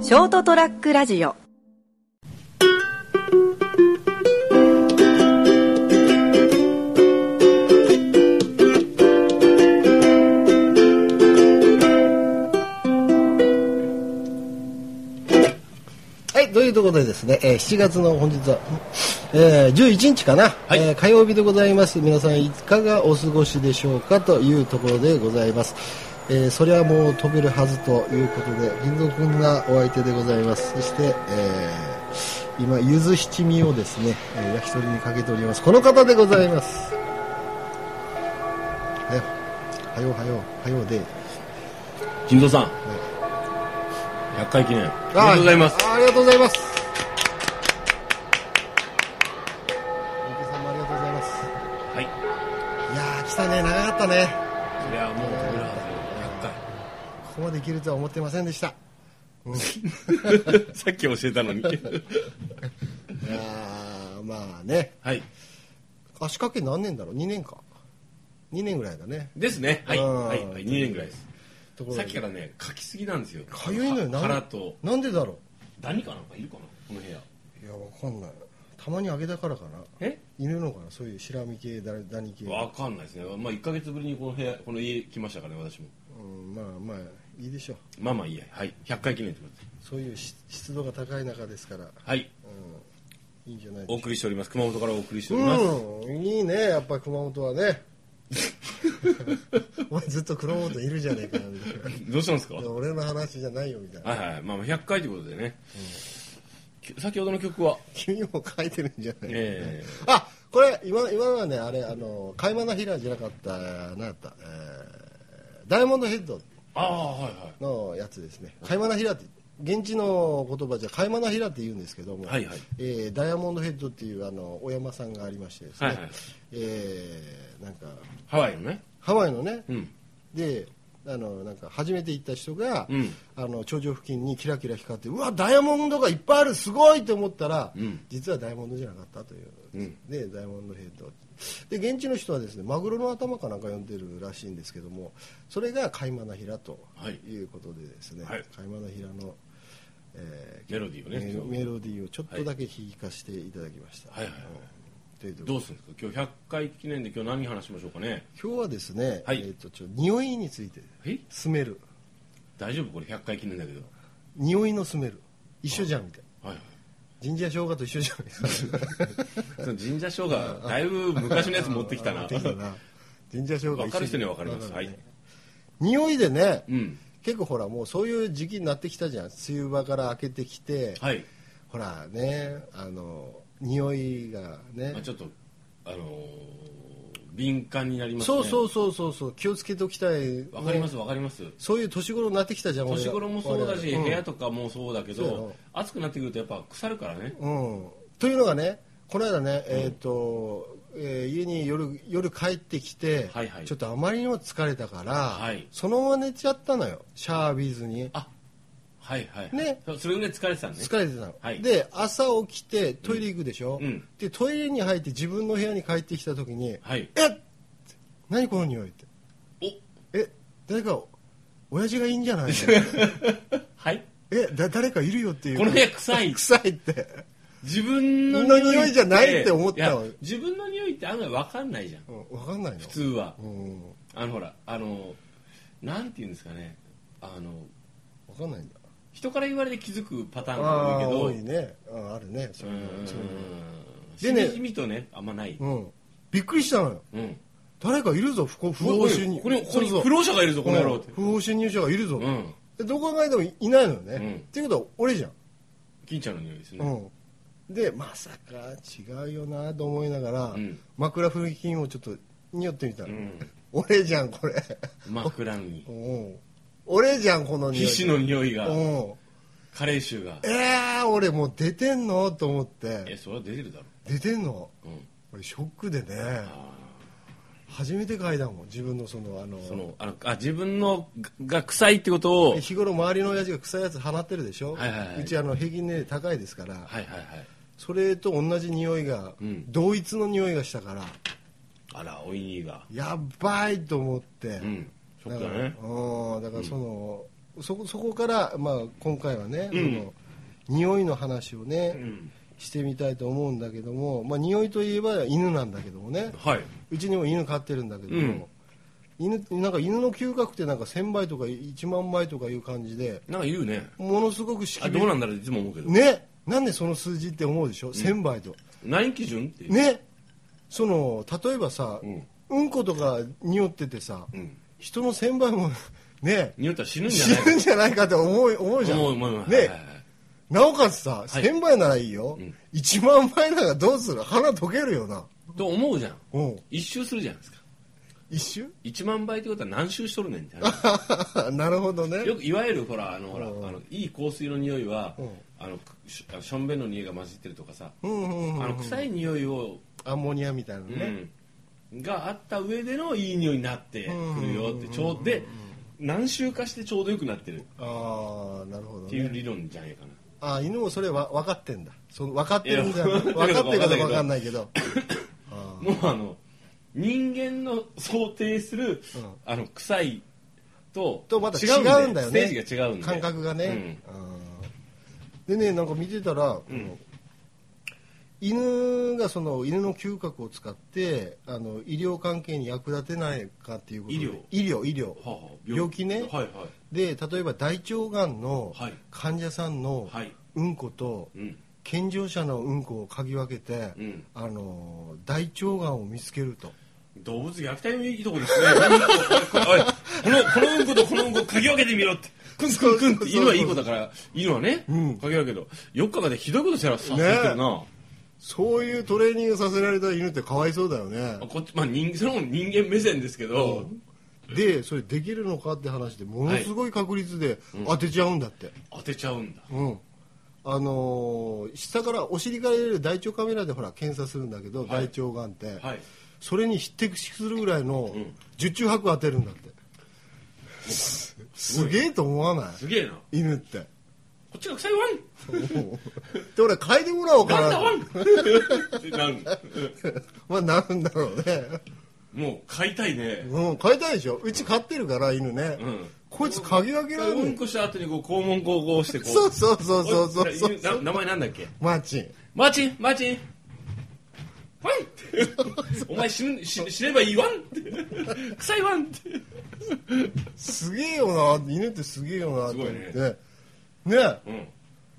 ショートトラックラジオはい、というところでですね、えー7月の本日は、えー11日かな、いえー火曜日でございます。皆さんいかがお過ごしでしょうかというところでございます。えーそれはもう飛べるはずということで、銀蔵君がお相手でございます。そして、えー今、ゆず七味をですね、えー焼き鳥にかけております。この方でございます。はよ、はよ、はよ、はよで。金蔵さん、100回記念おめでとうございますあありがとうございます。ゆうきさんもありがとうございます。はいいやー、来たね、長かったね。いやもうこれはここまで来るとは思ってませんでした。 100回 さっき教えたのにいやー、まあね。はい足掛け何年だろう ?2 年か。2年ぐらいだね。ですねはいあーはい、はい、2年ぐらいですところさでっきからね書きすぎなんですよかゆいのよ、はなん腹となんでだろダニかなんかいるかなこの部屋ういや、わかんない。たまにあげたからかな。えいるのかなそういう白身系、ダダニ系。わかんないですねまあ1か月ぶりにこの部屋この家来ましたからね私もうん、まあまあ、いいでしょう。まあまあいいやはい100回記念ってことでそういうし湿度が高い中ですから。はいいいんじゃないお送りしております熊本からお送りしております、うん、いいね、やっぱ熊本は ね。お前ずっと熊本いるじゃねえかみたいな。いどうしたんですかや俺の話じゃないよみたいな。はいはいまあまあ100回ということでね、き先ほどの曲は君も書いてるんじゃない、えあ、これ、今、今のはね、あれ、あの、買い物ひらじゃなかった、なんやった、えーダイヤモンドヘッドああはいはいのやつですね。買い物ひらって、現地の言葉じゃ買い物ひらって言うんですけども、はいはいえーダイヤモンドヘッドっていう、あの、お山さんがありましてですね、はいはいえーなんか、ハワイのねハワイのね、うんであのなんか初めて行った人が、うんあの頂上付近にキラキラ光ってうわダイヤモンドがいっぱいあるすごいと思ったら、うん実はダイヤモンドじゃなかったという、うんでダイヤモンドヘッドで現地の人はですねマグロの頭かなんか呼んでるらしいんですけどもそれがカイマナヒラとはいいうことでですね、はいカイマナヒラの、えーメロディーをメねロメロディーをちょっとだけ弾かせていただきました、はいはいはいうんというところでどうするんですか今日100回記念で今日何話しましょうかね今日はですね、はいえー、とちょ匂いについてえスメル大丈夫これ100回記念だけど匂いのスメル一緒じゃんみたいな はいはい神社生姜と一緒じゃんみたい その神社生姜 だいぶ昔のやつ持ってきたな な神社生姜一緒じゃん分かる人には分かりますなるほどねはい匂いでね、うん結構ほらもうそういう時期になってきたじゃん梅雨場から明けてきて、はい、ほらねあの匂いがねまあ、ちょっとあのー敏感になりますそねうそうそうそうそう気をつけておきたい、ねわかりますわかりますそういう年頃になってきたじゃん俺ら年頃もそうだし我々部屋とかもそうだけそうやどろ暑くなってくるとやっぱ腐るからねうん、というのがねこの間ね、えーとえー家に夜夜帰ってきて、はいはいちょっとあまりにも疲れたから、はいそのまま寝ちゃったのよシャービーズにあはいはいねそそれぐらい疲れてたんね疲れてたの、はいで朝起きてトイレ行くでしょ、うんでトイレに入って自分の部屋に帰ってきた時に「はいえっ何この匂い」ってお「え誰か親父がいいんじゃない?」 はいえだ誰かいるよ」っていうこの部屋臭い臭いって自分のの匂いじゃないって思ったわいや自分の匂いって案外わかんないじゃんうんわかんないの普通はうんあのほらあのなんていうんですかねあのわかんないんだ人から言われて気づくパターンがあ多いあけど多いねああるねそうういーうのそういうのんでしねみじみとねあんまないうんびっくりしたのようん誰かいるぞ不幸不法侵入これここにそうそう不老者がいるぞこの野郎ってうん不法侵入者がいるぞうんでどう考えてもいないのよねうんっていうことは俺じゃん金ちゃんの匂いですうねんでまさか違うよなと思いながらうん枕付近をちょっと匂ってみたうのん俺じゃんこれ 枕にうん俺じゃんこの匂い皮脂の匂いがうん加齢臭がえー俺もう出てんのと思っえてそれは出てるだろ出てんのううん俺ショックでねあ初めて嗅いだもん自分のそのあのーそのあのあ自分のがが臭いってことをはい日頃周りの親父が臭いやつ放ってるでしょ、はいはいはいうちあの平均年齢高いですから、はいはいそれと同じ匂いが、うん同一の匂いがしたからあらおいにがやばいと思って、うんショッだクかだらねうんだからその、そこそこから、まあ、今回はね、うんその匂いの話をね、うんしてみたいと思うんだけども、まあ、匂いといえば犬なんだけどもねはい。うちにも犬飼ってるんだけども、犬なんか犬の嗅覚ってなんか1000倍とか1万倍とかいう感じでなんか言うね。ものすごくしあ、きどうなんだろういつも思うけど。ねなんでその数字って思うでしょ、1000倍と何基準っていう。ねその例えばさ、ううんん、ことか匂っててさ、ん人の1000倍も ね匂ったら死ぬんじゃ死ないぬんじゃないかって思う思うじゃん思う思う思う。ね、はいはいはいなおかつさ、1000倍ならいいよ、1万倍ならどうする鼻溶けるよなと思うじゃん。うん一周するじゃないですか。一瞬1万倍ってことは何周しとるねんって 話。なるほどねよくいわゆるほらあのほらあうんのいい香水の匂いはうんあのしあのしょんべんの匂いが混じってるとかさうんうんうんあの臭い匂いを、アンモニアみたいなのね、うんがあった上でのいい匂いになってくるよってちょうで何周かしてちょうどよくなってるっああなるほどていうね理論じゃないかなああ犬もそれは分かってんだその分かってるんじゃいや分かってるかどうか分分かかんんないけどあもうあの人間の想定する、うんあの臭いとーとまた違ようんだよねステージが違うんで感覚がね、うんでねなんか見てたら、ん犬がその犬の嗅覚を使ってあの医療関係に役立てないかっていうことで医療医療医療うんはあはあ病気ねはいはいで例えば大腸がんのはい患者さんのはいうんことうん健常者のうんこを嗅ぎ分けて、うんあの大腸がんを見つけると動物虐待のいいとこですね。おいこの、このうんことこのうんこ嗅ぎ分けてみろって。くんくんくんって。犬はいい子だから、犬はね、うん嗅ぎ分けど、よく考えてひどいことしたらさ、ねさせてるな。そういうトレーニングさせられた犬ってかわいそうだよねあこっち、まあ人、それも人間目線ですけど、でそれできるのかって話でものすごい確率で当てちゃうんだって、当てちゃうんだ。うんあのー下からお尻から入れる大腸カメラでほら検査するんだけど、はい大腸がんって、はい。それに匹敵するぐらいのん十中八九当てるんだって、すすげえと思わないすげえな。こ犬ってっちが臭いわんで俺嗅いでもらおうかなんなだわんってなる。 まあなるんだろうねもう飼いたいね。うん飼いたいでしょうち飼ってるから犬ね、うんこいつ嗅ぎ分けられうるんこした後にこう、肛門こうこうしてこう。そうそうそうそうそうおいな名前なんだっけマーチンマーチンマーチンワンお前死ぬ死死ねばいいワンって臭いワンってすげえよな犬ってすげえよなって思ってすねうん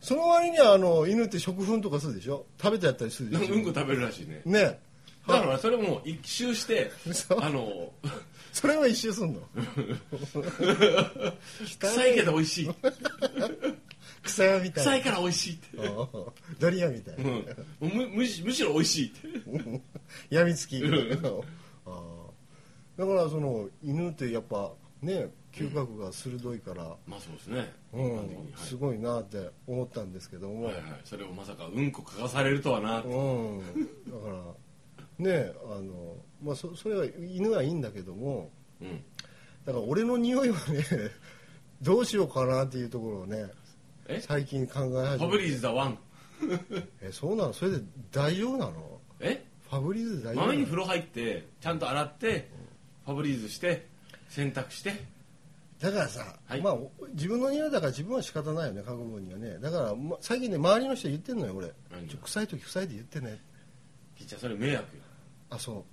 その割にはあの犬って食粉とかするでしょ食べてやったりするなでんしかょうんこ食べるらしいねねだからそれもう一周して嘘あのそれは一周すんの臭いけど美味しい草屋みたいな 臭いから美味しいって、うんドリアみたいな、うん、むむしむしろ美味しいってやみつきあーだからその犬ってやっぱね嗅覚が鋭いから、まあそうですねう一般ん的にはいすごいなって思ったんですけども、はいはいそれをまさかうんこ嗅がされるとはなってうん、だからねえあの、まあ、そそれは犬はいいんだけどもうんだから俺の匂いはね どうしようかなっていうところをねえ最近考え始フめァブてリーズだワンえそうなのそれで大丈夫なのえファブリーズ大丈夫豆なにの風呂入ってちゃんと洗ってファブリーズして洗濯してだからさ、はいまあ、お自分の匂いだから自分は仕方ないよね覚悟にはねだから、ま、最近ね周りの人言ってんのよ俺何ちょ臭い時臭いで言ってね聞いちゃんそれ迷惑よあそう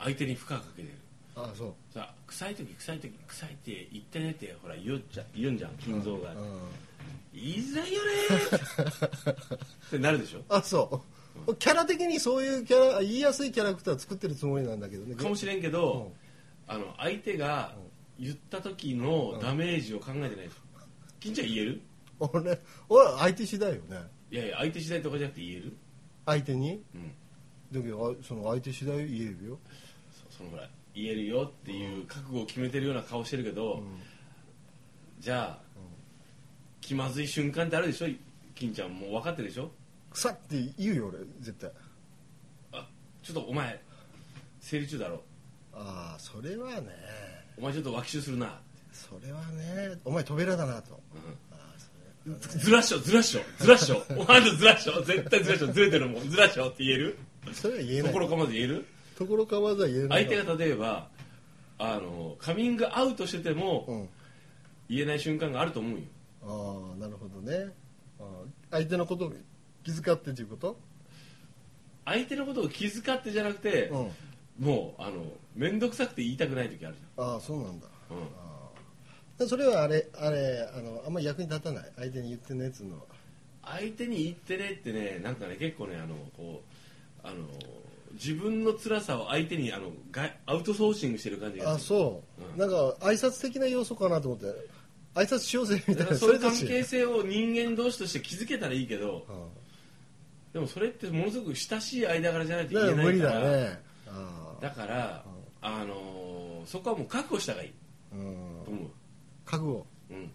相手に負荷かけてるあそうさ臭い時臭い時臭いって言ってねってほら言うじゃん言うんじゃん金蔵うが、ん言いづらいよねーってなるでしょあそうキャラ的にそういうキャラ言いやすいキャラクター作ってるつもりなんだけどねかもしれんけど、あの相手が言った時のダメージを考えてないでしょ金ちゃん言える俺俺相手次第よねいやいや相手次第とかじゃなくて言える相手にうんだけどあその相手次第言えるよそそのほら言えるよっていう覚悟を決めてるような顔してるけど、じゃあ、気まずい瞬間ってあるでしょ金ちゃんもう分かってるでしょ腐って言うよ俺絶対あちょっとお前生理中だろああそれはねお前ちょっと脇臭するな、それはねお前扉だなとああそずらっしょずらっしょずらっしょお前のずらっしょ絶対ずらっしょずれてるもんずらっしょって言えるれそれは言えとないころかまず言えるところかわざ言えない相手が例えばあのカミングアウトしてても、うん言えない瞬間があると思うよああなるほどねあー相手のことを気遣ってっていうこと相手のことを気遣ってじゃなくて、うんもうあの面倒くさくて言いたくない時あるじああそうなんだゃん、うん、あーでそれはあれあれあのあんま役に立たない相手に言ってねっつうのは相手に言ってねってねなんかね結構ねあのこうあの自分の辛さを相手にあのがアウトソーシングしてる感じがあそう、うんなんか挨拶的な要素かなと思って挨拶しようぜみたいだかならそういうと関係性を人間同士として築けたらいいけどでもそれってものすごく親しい間柄じゃないとだ言かえらないか無ら理だねあーだから、あのそこはもう覚悟した方がいいうんと思う覚悟うん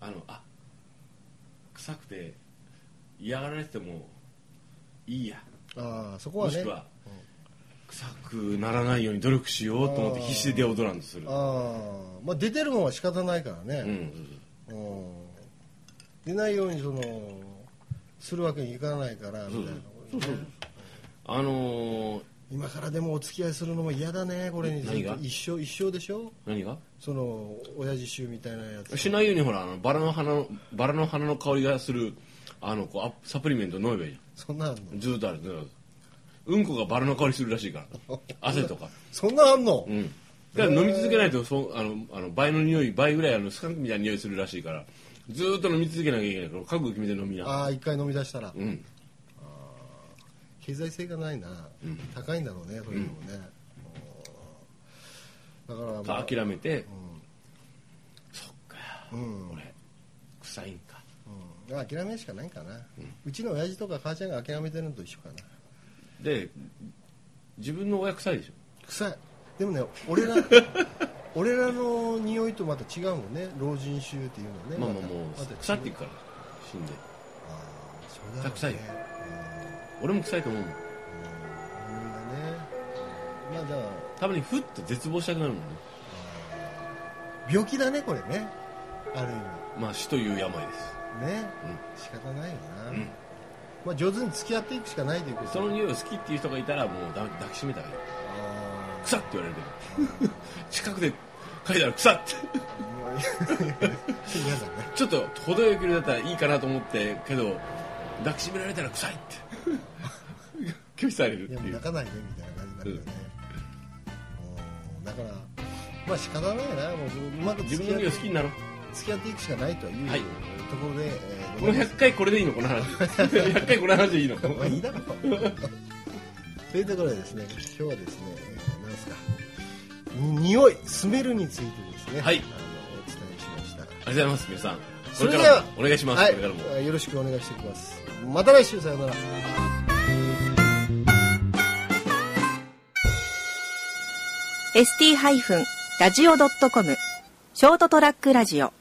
あのあ臭くて嫌がられててもいいやああそこはもねしくは、臭くならないように努力しようと思って必死でデオドラントするああまあ出てるもんは仕方ないからうね、んうん出ないようにそのするわけにいかないからみたいな、あのー、今からでもお付き合いするのも嫌だねこれに何が一生一生でしょ何がその親父臭みたいなやつしないようにほらあのバラの花のバラの花の香りがするあのこうアップサプリメント飲めばいいじそんなのあんのゃんずーっとあるずーっとうんこがバラの香りするらし いから汗とかそんなのあんの、うんだから飲み続けないとそうあのあの倍の匂い倍ぐらいあのスカンクみたいな匂いするらしいからずーっと飲み続けなきゃいけないから覚悟決めて飲みなああ一回飲み出したらうん経済性がないな、高いんだろうねそういうのもね、うんだから、まあ、諦めて、そっかうん俺臭いんかうん、諦めるしかないかな、うちの親父とか母ちゃんが諦めてるのと一緒かなで自分の親臭いでしょ臭いでもね俺 ら俺らの匂いとまた違うもんね老人臭っていうのねまあまあたもうまた違腐っていくから死んでああそれだろうね臭いようん俺も臭いと思うもんうん匂いがねまあだかたまにふっと絶望したくなるもんねら病気だねこれねあるまあ死という病です意味ね、仕方ないよな、まあ上手に付き合っていくしかないということその匂いを好きっていう人がいたらもうだ抱きしめたらいいあ臭っって言われるけど近くで嗅いだら臭っってあ匂い 嫌 だねちょっと程よい距離だったらいいかなと思ってけど抱きしめられたら臭いって拒否されるっいてやもうい泣かうないねみたいな感じになるよね、うん、だからまあ仕方ないなもううまく自付分き合っての匂い好きになろう付き合っていくしかないという、はいところで、えーこの100回これでいいのこの話 100回この話でい いのまあいいだろう。というところでですね、今日はですね、えー、なんですか、に匂い、スメルについてですね、はいあのお伝えしました。ありがとうございます皆さんそこれれかでらはもお願いします、はいこれからも、よろしくお願いしていきます。また来週さようなら。 ST-radio.com ショートトラックラジオ